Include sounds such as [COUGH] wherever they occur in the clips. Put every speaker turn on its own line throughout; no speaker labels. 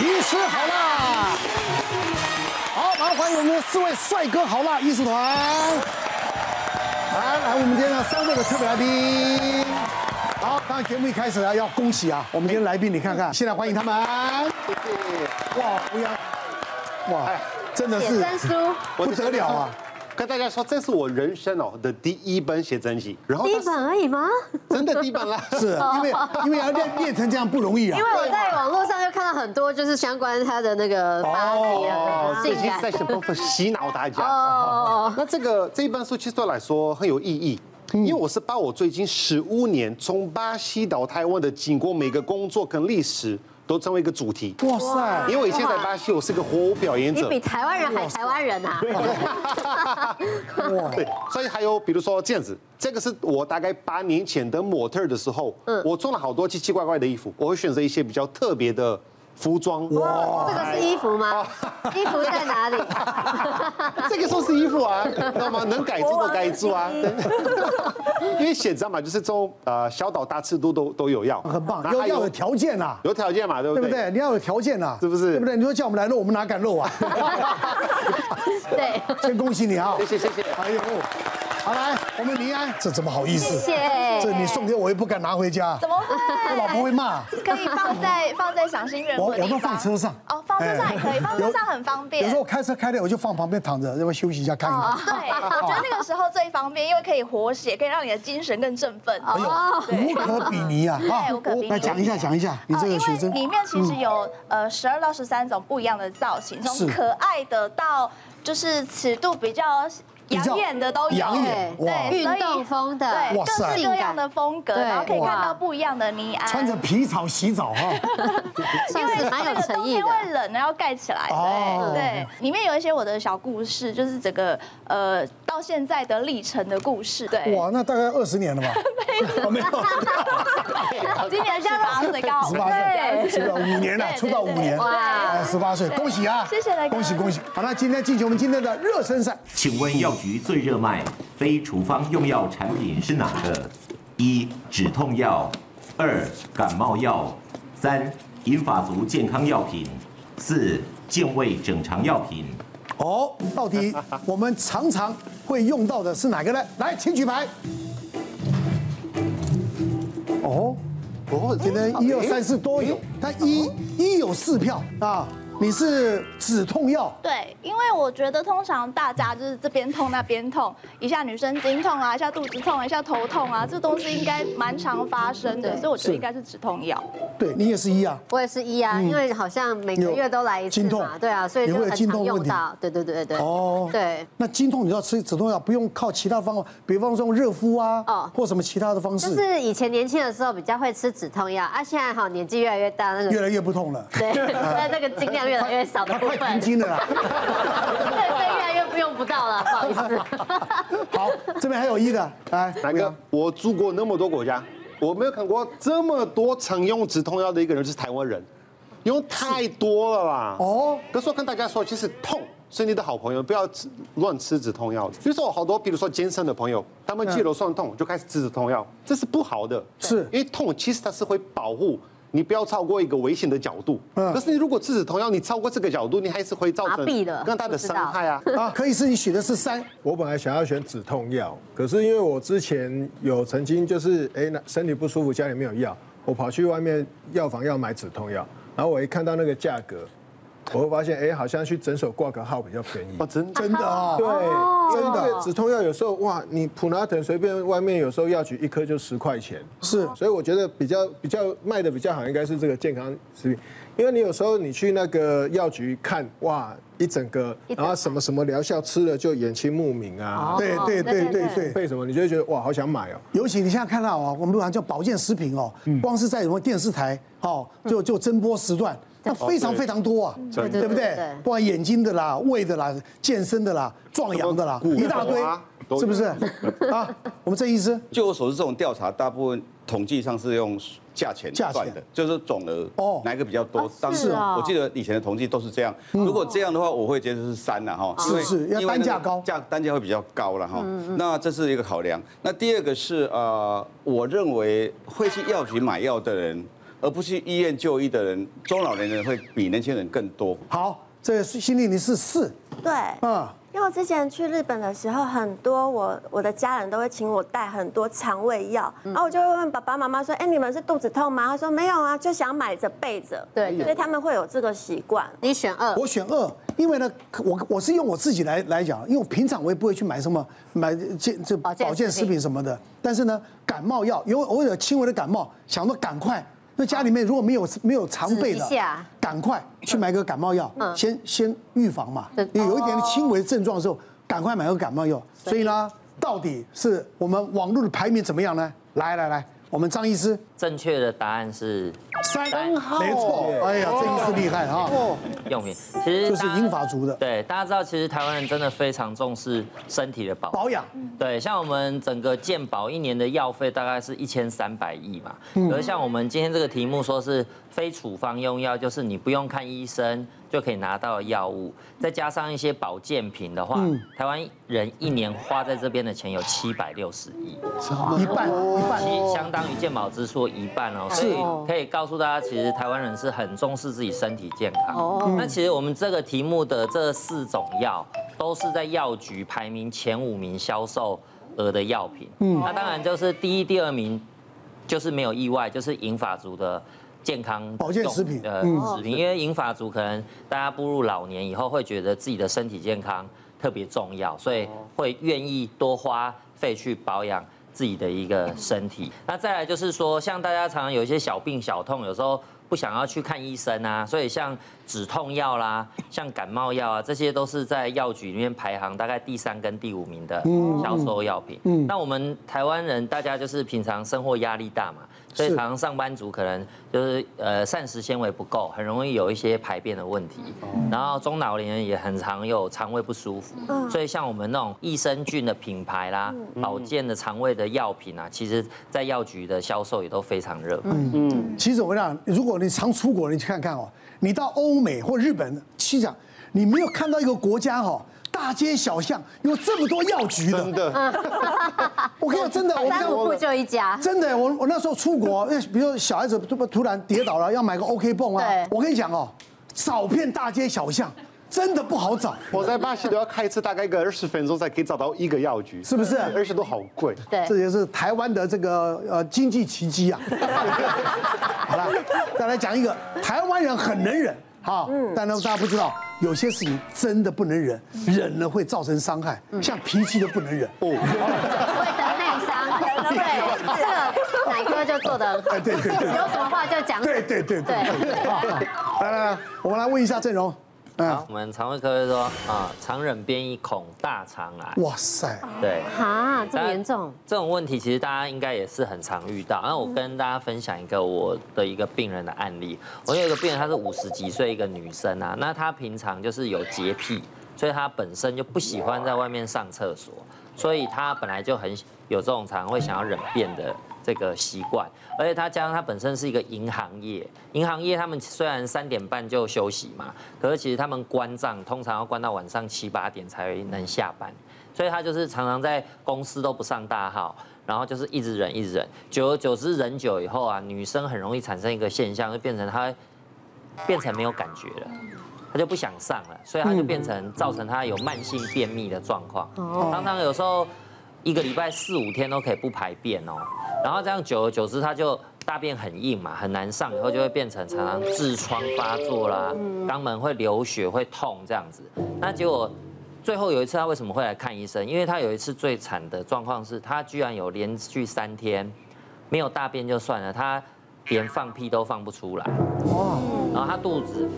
医师好啦！好，麻烦我们的四位帅哥好辣医师团。来，来，我们今天呢三位的特别来宾。好，当然节目一开始呢，要恭喜啊，我们今天来宾，你看看，现在欢迎他们。
谢谢。
哇，不要，哇
哎，
真的
写
是
真书，
不得了啊！
[LAUGHS] 跟大家说，这是我人生哦的第一本写真集，然后
第一
它是
本而已吗？
真的第
[LAUGHS]
一本啦，
是因为因为要练练成这样不容易啊
因。为我在网络上就看到很多就是相关他的那个芭比啊，
最
性
近
感
哦在想办法洗脑大家。
哦，
那这个这一本书其实对我来说很有意义，
嗯
因为我是把我最近十五年从巴西到台湾的经过，每个工作跟历史都成为一个主题。
哇塞
因，为我以前在巴西，我是个活舞表演
你
者
比，台湾人还台湾人啊！
哇，
对，所以还有比如说这样子，这个是我大概八年前的模特儿的时候，
嗯
我做了好多奇奇怪怪的衣服，我会选择一些比较特别的服装。
这个是衣服吗？衣服在哪里？
这个时候是衣服啊， [LAUGHS] 知道吗？能改住就改住啊，
[LAUGHS]
因为写真嘛，就是这种呃小岛大尺度都都有要，
很棒，
然后
要
还
要有
有
条件啊。
有条件嘛，哎对不
对不
对？
对？你要有条件啊，
是不是
对不对？你说叫我们来露，我们哪敢露啊？ [LAUGHS]
对，
先恭喜你啊！
谢谢谢谢。
哎呦，好来，我们林安，这怎么好意思？
谢谢
这你送给我，我也不敢拿回家，
怎么会？
我老婆会骂。
可以放在放在想新人
我
或者
我都
地方
放车上
哦，放车上也可
哎
以，放车上很方便。哦
有时候开车开累，我就放旁边躺着，让我休息一下，看一看。
对，我觉得那个时候最方便，因为可以活血，可以让你的精神更振奋。哦
哎呦，无可比拟啊！啊
哎无可比拟
来讲一下，讲一下，你
呃
这
因
个学
为
生嗯
里面其实有呃十二到十三种不一样的造型，
是
从可爱的到就是尺度比较
比较
养眼的都有，
养眼哇
对，
运
所以
动风的，
对，
哇
各
塞
式各样的风格，
性感
然后可以看
哇
到不一样的尼安，
穿着皮草洗澡哈，
算是蛮有诚意
因
的。
为冷，然后盖起来。
哦
对对，里面有一些我的小故事，就是整个呃到现在的历程的故事。对，
哇，那大概二十年了吧？ [LAUGHS] 没有，
[LAUGHS] 今年十八岁高，
十八岁，
对
出道五年了，
对
出道五年，
哇
哎，十八岁，恭喜啊！
谢谢雷哥
恭喜恭喜！好，那今天进行我们今天的热身赛，
请问药局最热卖非处方用药产品是哪个？一止痛药，二感冒药，三银发族健康药品，四健胃整肠药品。
哦，到底我们常常会用到的是哪个呢？ [LAUGHS] 来，请举牌。哦，
哦，
今天一二三四都有，但一一有四票啊。你是止痛药，
对，因为我觉得通常大家就是这边痛那边痛，一下女生经痛啊，一下肚子痛啊，一下头痛啊，这东西应该蛮常发生的，
对
所以我觉
是
得应该是止痛药。
对你也是一啊。
我也是一啊，因为好像每个月都来一次
有经
嘛，
痛
对啊，所以就
你会有
很
经痛
常用
问题
到。对对对对。
哦
对，
那经痛你要吃止痛药，不用靠其他方法，比方说用热敷啊，
哦
或什么其他的方
就
式，
是以前年轻的时候比较会吃止痛药啊，现在好年纪越来越大，那个
越来越不痛了， [LAUGHS]
[LAUGHS] 对，那这个斤量越来越少的部
快停
分，
经了啦。
[LAUGHS] 对，所以越来越不用不到了，不好意思。
好，这边还有一的，来，
哪个？我住过那么多国家，我没有看过这么多常用止痛药的一个人，就是台湾人，因为太多了啦。
哦
哦，可是我跟大家说，其实痛是你的好朋友，不要吃乱吃止痛药。比如说我好多，比如说健身的朋友，他们肌肉酸痛就开始吃止痛
嗯
药，这是不好的，
是
因为痛其实它是会保护。你不要超过一个危险的角度，
嗯
可是你如果吃止痛药，你超过这个角度，你还是会造
麻
成
痹了
更大的
不知道
伤害啊。
[LAUGHS] 啊，可以是你选的是三，
我本来想要选止痛药，可是因为我之前有曾经就是哎，那身体不舒服，家里没有药，我跑去外面药房要买止痛药，然后我一看到那个价格，我会发现哎，好像去诊所挂个号比较便宜
哦，。真的
[LAUGHS] 真的啊，
对，真的止痛药有时候哇，你普拿疼随便外面有时候药局一颗就十块钱，
是
所以我觉得比较比较卖的比较好，应该是这个健康食品，因为你有时候你去那个药局看，哇，一整个，然后什么什么疗效吃了就眼睛目明啊，
对对对对哦对。
配什么，你就会觉得哇，好想买哦。
尤其你现在看到啊，我们路上叫保健食品哦，
嗯
光是在什么电视台哦，就就增播时段，那非常
对
非常多啊，
真的
对不
对对
对
对？
不管眼睛的啦、胃的啦、健身的啦、壮阳的啦
什，么骨头啊
一大堆
都，有
是不
[LAUGHS]
是？啊，我们郑医师，
据我所知，这种调查大部分统计上是用价钱
价钱
算的，就是总额
哦
哦，哪一个比较多？当
是
时
哦
我记得以前的统计都是这样。如果这样的话，我会觉得是三了
哦
哈，
是
因为
嗯是要
因为那
单
个
价高
价单价会比较高了哈。
嗯
那这是一个考量。那第二个是呃，我认为会去药局买药的人。而不去医院就医的人，中老年人会比年轻人更多。
好，这心理你是四，
对，
嗯
嗯，因为我之前去日本的时候，很多我我的家人都会请我带很多肠胃药，
嗯
然后我就会问爸爸妈妈说：“哎，你们是肚子痛吗？”他说：“没有啊，就想买着备着。”
对对
所以他们会有这个习惯。
你选二，
我选二，因为呢，我我是用我自己来来讲，因为我平常我也不会去买什么买健这
保健
保健
食
食
品
品什么的，但是呢，感冒药有偶尔轻微的感冒，想说赶快，因为家里面如果没有没有常备
止
的
一下，嗯
赶快去买个感冒药，先先预防嘛
对，哦
你有一点轻微症状的时候，赶快买个感冒药。所以呢，到底是我们网络的排名怎么样呢？来来来，我们张医师
正确的答案是
三，没错，哎呀，这医师厉害啊，
用品，其实
就是
大
啊
家
英法族的
对，大家知道，其实台湾人真的非常重视身体的保
保养。
嗯对，像我们整个健保一年的药费大概是一千三百亿嘛，而像我们今天这个题目说是非处方用药，就是你不用看医生就可以拿到的药物，再加上一些保健品的话，台湾人一年花在这边的钱有七百六十亿，
一半一半。
其相当于健保支出的一半哦，所以可以告诉大家，其实台湾人是很重视自己身体健康。
哦
哦，那其实我们这个题目的这四种药，都是在药局排名前五名销售额的药品。嗯，那当然就是第一、第二名，就是没有意外，就是银发族的。健康
保健食品嗯
呃，食品，因为银发族可能大家步入老年以后，会觉得自己的身体健康特别重要，所以会愿意多花费去保养自己的一个身体。那再来就是说，像大家常常有一些小病小痛，有时候不想要去看医生啊，所以像止痛药啦、像感冒药啊，这些都是在药局里面排行大概第三跟第五名的销售药品。嗯，那我们台湾人大家就是平常生活压力大嘛，所以
是
常常上班族可能就是呃膳食纤维不够，很容易有一些排便的问题，然后中老年人也很常有肠胃不舒服，所以像我们那种益生菌的品牌啦、保健的肠胃的药品啊，其实在药局的销售也都非常热门。
其实我跟你讲，如果你常出国，你去看看哦，你到欧美或日本，其实讲你没有看到一个国家哦，大街小巷有这么多药局的。
真的，
[LAUGHS] 我跟你讲，真的，我
三五步就一家，
真的，我我那时候出国，因为比如说小孩子突突然跌倒了，要买个 OK 泵啊
对，
我跟你讲哦，找遍大街小巷，真的不好找，
我在巴西都要开车大概一个二十分钟才可以找到一个药局，
是不是？
而且都好贵。
对
这，也是台湾的这个呃经济奇迹啊。 [LAUGHS] 好了，再来讲一个，台湾人很能忍，哈，但呢大家不知道，有些事情真的不能忍，忍了会造成伤害，像脾气都不能忍。
哦
会得内 [LAUGHS] 伤，对，这个奶哥就做的，
哎对对对
有什么话就讲，
对对对对
对，
好啊好来来来，我们来问一下阵容，啊，
我们肠胃科会说啊，常忍便衣恐大肠癌。
哇塞，
对，
哈，这么严重，
这种问题其实大家应该也是很常遇到。那我跟大家分享一个我的一个病人的案例。我有一个病人，她是五十几岁一个女生啊，那她平常就是有洁癖，所以她本身就不喜欢在外面上厕所，所以她本来就很有这种常常会想要忍便的这个习惯，而且他加上他本身是一个银行业，银行业他们虽然三点半就休息嘛，可是其实他们关账通常要关到晚上七八点才哎能下班，所以他就是常常在公司都不上大号，然后就是一直忍一直忍，久而久之忍久以后啊，女生很容易产生一个现象，就变成她变成没有感觉了。她就不想上了，所以她就变成造成她有慢性便秘的状况。常常有时候一个礼拜四五天都可以不排便哦，然后这样久而久之，他就大便很硬嘛，很难上，以后就会变成常常痔疮发作啦，肛门会流血、会痛这样子。那结果最后有一次他为什么会来看医生？因为他有一次最惨的状况是，他居然有连续三天没有大便就算了，他连放屁都放不出来，然后他肚子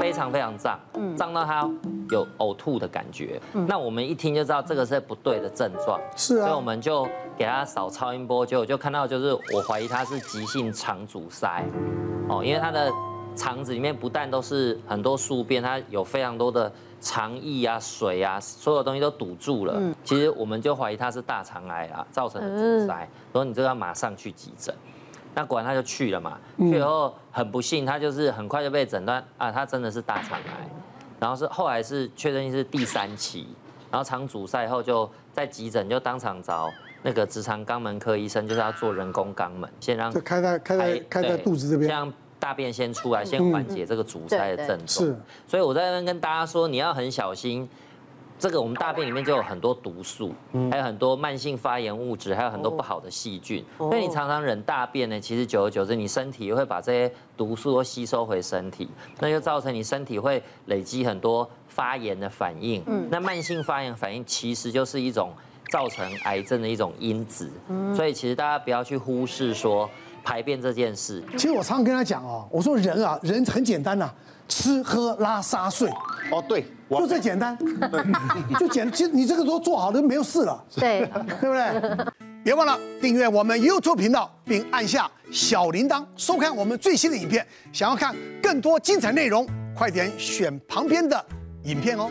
非常非常胀，胀到他有呕吐的感觉。那我们一听就知道这个是不对的症状，
是啊
所以我们就给他扫超音波，结果就看到就是我怀疑他是急性肠阻塞，哦，因为他的肠子里面不但都是很多宿便，它有非常多的肠液啊、水啊，所有东西都堵住了。其实我们就怀疑他是大肠癌啦造
嗯
成的呃阻塞，所以你这个要马上去急诊。那果然他就去了嘛，去以后很不幸，他就是很快就被诊断啊，他真的是大肠癌，然后是后来哦是确认是第三期，然后肠阻塞后就在急诊就当场找那个直肠肛门科医生就是要做人工肛门，先让
就开在开在
排
开在
对
肚子这边
让大便先出来，先缓解这个阻塞的症状。
是，
所以我在那边跟大家说，你要很小心。这个我们大便里面就有很多毒素，还有很多慢性发炎物质，还有很多不好的细菌。所以你常常忍大便呢，其实久而久之，你身体会把这些毒素都吸收回身体，那就造成你身体会累积很多发炎的反应。那慢性发炎反应其实就是一种造成癌症的一种因子。所以其实大家不要去忽视说排便这件事，
其实我常常跟他讲哦，我说人啊，人很简单呐、吃喝拉撒睡，
哦，对，我
就这简单， [LAUGHS] 就简，其实你这个都做好了，没有事了。
对。
[LAUGHS] 对不对？别忘了订阅我们 YouTube 频道，并按下小铃铛，收看我们最新的影片。想要看更多精彩内容，快点选旁边的影片哦。